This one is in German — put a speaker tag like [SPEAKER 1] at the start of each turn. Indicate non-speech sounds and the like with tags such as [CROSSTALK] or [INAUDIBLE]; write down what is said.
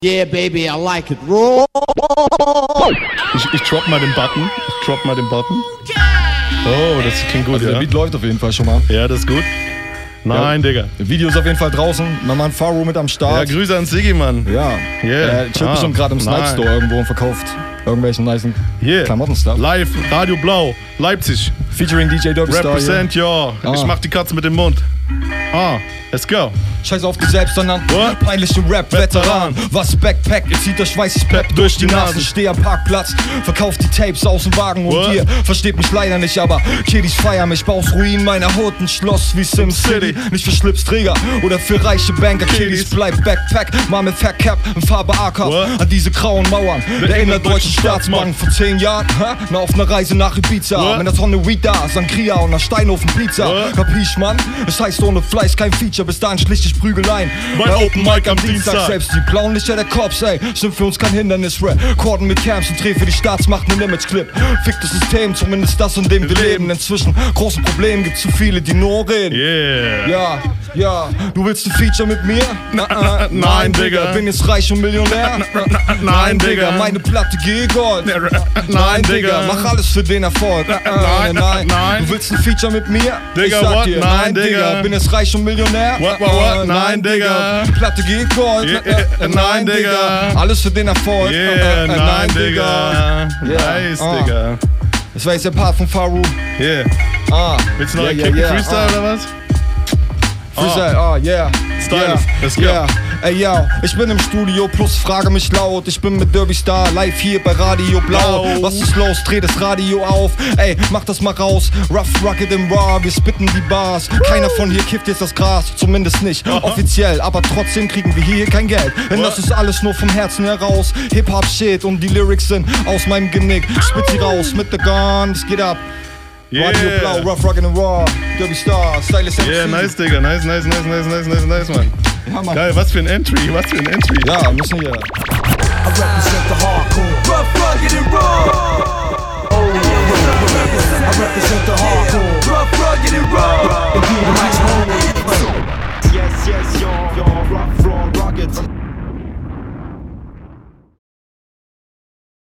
[SPEAKER 1] Yeah, baby, I like it. Roll.
[SPEAKER 2] Ich, ich drop mal den Button. Ich drop mal den Button. Oh, das klingt gut,
[SPEAKER 3] Also der
[SPEAKER 2] ja.
[SPEAKER 3] Beat läuft auf jeden Fall schon mal.
[SPEAKER 2] Ja, das ist gut. Nein, Digga.
[SPEAKER 3] Video ist auf jeden Fall draußen. Mein Mann Faro mit am
[SPEAKER 2] Ja,
[SPEAKER 3] Start.
[SPEAKER 2] Grüße an Siggi, Mann.
[SPEAKER 3] Ja,
[SPEAKER 2] Yeah.
[SPEAKER 3] Er chillt
[SPEAKER 2] Ah,
[SPEAKER 3] bestimmt gerade im Snipe
[SPEAKER 2] nein.
[SPEAKER 3] Store irgendwo und verkauft irgendwelchen nice
[SPEAKER 2] Yeah.
[SPEAKER 3] Klamottenstuff.
[SPEAKER 2] Live, Radio Blau, Leipzig.
[SPEAKER 3] Featuring DJ Derby Star. hier.
[SPEAKER 2] Represent, ja. Ich
[SPEAKER 3] Ah.
[SPEAKER 2] mach die Katze mit dem Mund. Ah, let's go.
[SPEAKER 3] Scheiß auf dich selbst, sondern
[SPEAKER 2] What?
[SPEAKER 3] peinlichen Rap-Veteran. Was Backpack, ich zieht der Schweiß, ich pepp durch die Nase. Steh am Parkplatz, verkauf die Tapes aus dem Wagen
[SPEAKER 2] What?
[SPEAKER 3] und ihr versteht mich leider nicht, aber Kiddies feiern mich, baus Ruin meiner Hut, ein Schloss wie Sim City. Nicht für Schlipsträger oder für reiche Banker, Kiddies
[SPEAKER 2] Kiddies.
[SPEAKER 3] bleib Backpack, mal mit Fat Cap in Farbe AK.
[SPEAKER 2] What?
[SPEAKER 3] An diese grauen Mauern der, innerdeutschen Staatsbank. Vor zehn Jahren, hä? na auf einer Reise nach Ibiza.
[SPEAKER 2] What?
[SPEAKER 3] Mit einer Tonne Weed da, Sangria und einer Steinhofen Pizza.
[SPEAKER 2] What?
[SPEAKER 3] Kapisch, Mann? Es heißt ohne Fleiß kein Feature, bis dahin schlichtig Prügeleien.
[SPEAKER 2] Bei Open Mic am Dienstag.
[SPEAKER 3] Selbst die blauen Lichter der Cops, ey, sind für uns kein Hindernis. Rekorden mit Camps und Dreh für die Staatsmacht einen Image-Clip. Fick das System, zumindest das, in dem wir leben. Denn zwischen großen Problemen gibt's zu viele, die nur reden.
[SPEAKER 2] Yeah.
[SPEAKER 3] Ja, ja, du willst ein Feature mit mir? Na, na,
[SPEAKER 2] [LAUGHS] nein, Digga.
[SPEAKER 3] Bin jetzt reich und Millionär?
[SPEAKER 2] Na, na, na, nein, Digga.
[SPEAKER 3] Meine Platte geht Gold.
[SPEAKER 2] Na, na, [LAUGHS] nein, Digga.
[SPEAKER 3] Mach alles für den Erfolg. Na,
[SPEAKER 2] nein, na, nein.
[SPEAKER 3] Du willst ein Feature mit mir?
[SPEAKER 2] Digga,
[SPEAKER 3] ich sag
[SPEAKER 2] what?
[SPEAKER 3] dir,
[SPEAKER 2] Nein,
[SPEAKER 3] nein, Digga.
[SPEAKER 2] Digga.
[SPEAKER 3] Bin jetzt reich und Millionär?
[SPEAKER 2] What,
[SPEAKER 3] Na,
[SPEAKER 2] what, what?
[SPEAKER 3] na,
[SPEAKER 2] Nein, Digga.
[SPEAKER 3] Die Platte geht Äh, Gold.
[SPEAKER 2] Yeah,
[SPEAKER 3] Na, na,
[SPEAKER 2] nein, Digga.
[SPEAKER 3] Alles für den Erfolg. Äh,
[SPEAKER 2] Yeah,
[SPEAKER 3] Na, na,
[SPEAKER 2] nein, Digga.
[SPEAKER 3] Yeah.
[SPEAKER 2] Nice,
[SPEAKER 3] Ah.
[SPEAKER 2] Digga.
[SPEAKER 3] Das war jetzt der Part von Faru.
[SPEAKER 2] Yeah.
[SPEAKER 3] Ah,
[SPEAKER 2] Willst du noch
[SPEAKER 3] Yeah,
[SPEAKER 2] einen
[SPEAKER 3] yeah,
[SPEAKER 2] Kicken
[SPEAKER 3] yeah.
[SPEAKER 2] Freestyle
[SPEAKER 3] Ah.
[SPEAKER 2] oder was?
[SPEAKER 3] Freestyle, ah, yeah.
[SPEAKER 2] Style,
[SPEAKER 3] yeah.
[SPEAKER 2] let's go.
[SPEAKER 3] Yeah. Ey, ja, ich bin im Studio, plus frage mich laut. Ich bin mit Derby Star live hier bei Radio Blau.
[SPEAKER 2] Blau.
[SPEAKER 3] Was ist los? Dreh das Radio auf. Ey, mach das mal raus. Rough, rugged and raw. Wir spitten die Bars. Keiner von hier kifft jetzt das Gras. Zumindest nicht offiziell. Aber trotzdem kriegen wir hier kein Geld. Denn das ist alles nur vom Herzen heraus. Hip-Hop-Shit und die Lyrics sind aus meinem Genick. Spit sie raus mit der Gun. Es geht ab.
[SPEAKER 2] Yeah.
[SPEAKER 3] Radio Blau, rough, rugged and raw. Derby Star, Stylist MC.
[SPEAKER 2] Yeah, nice, Digga. Nice, nice, nice, nice, nice, nice, nice, Mann.
[SPEAKER 3] Hammer.
[SPEAKER 2] Geil, was für ein Entry, was für ein Entry.
[SPEAKER 3] Ja, müssen wir.
[SPEAKER 4] represent the hardcore. Rough, rugged, and raw. Oh, I represent the hardcore. Rough, rugged, and raw. If you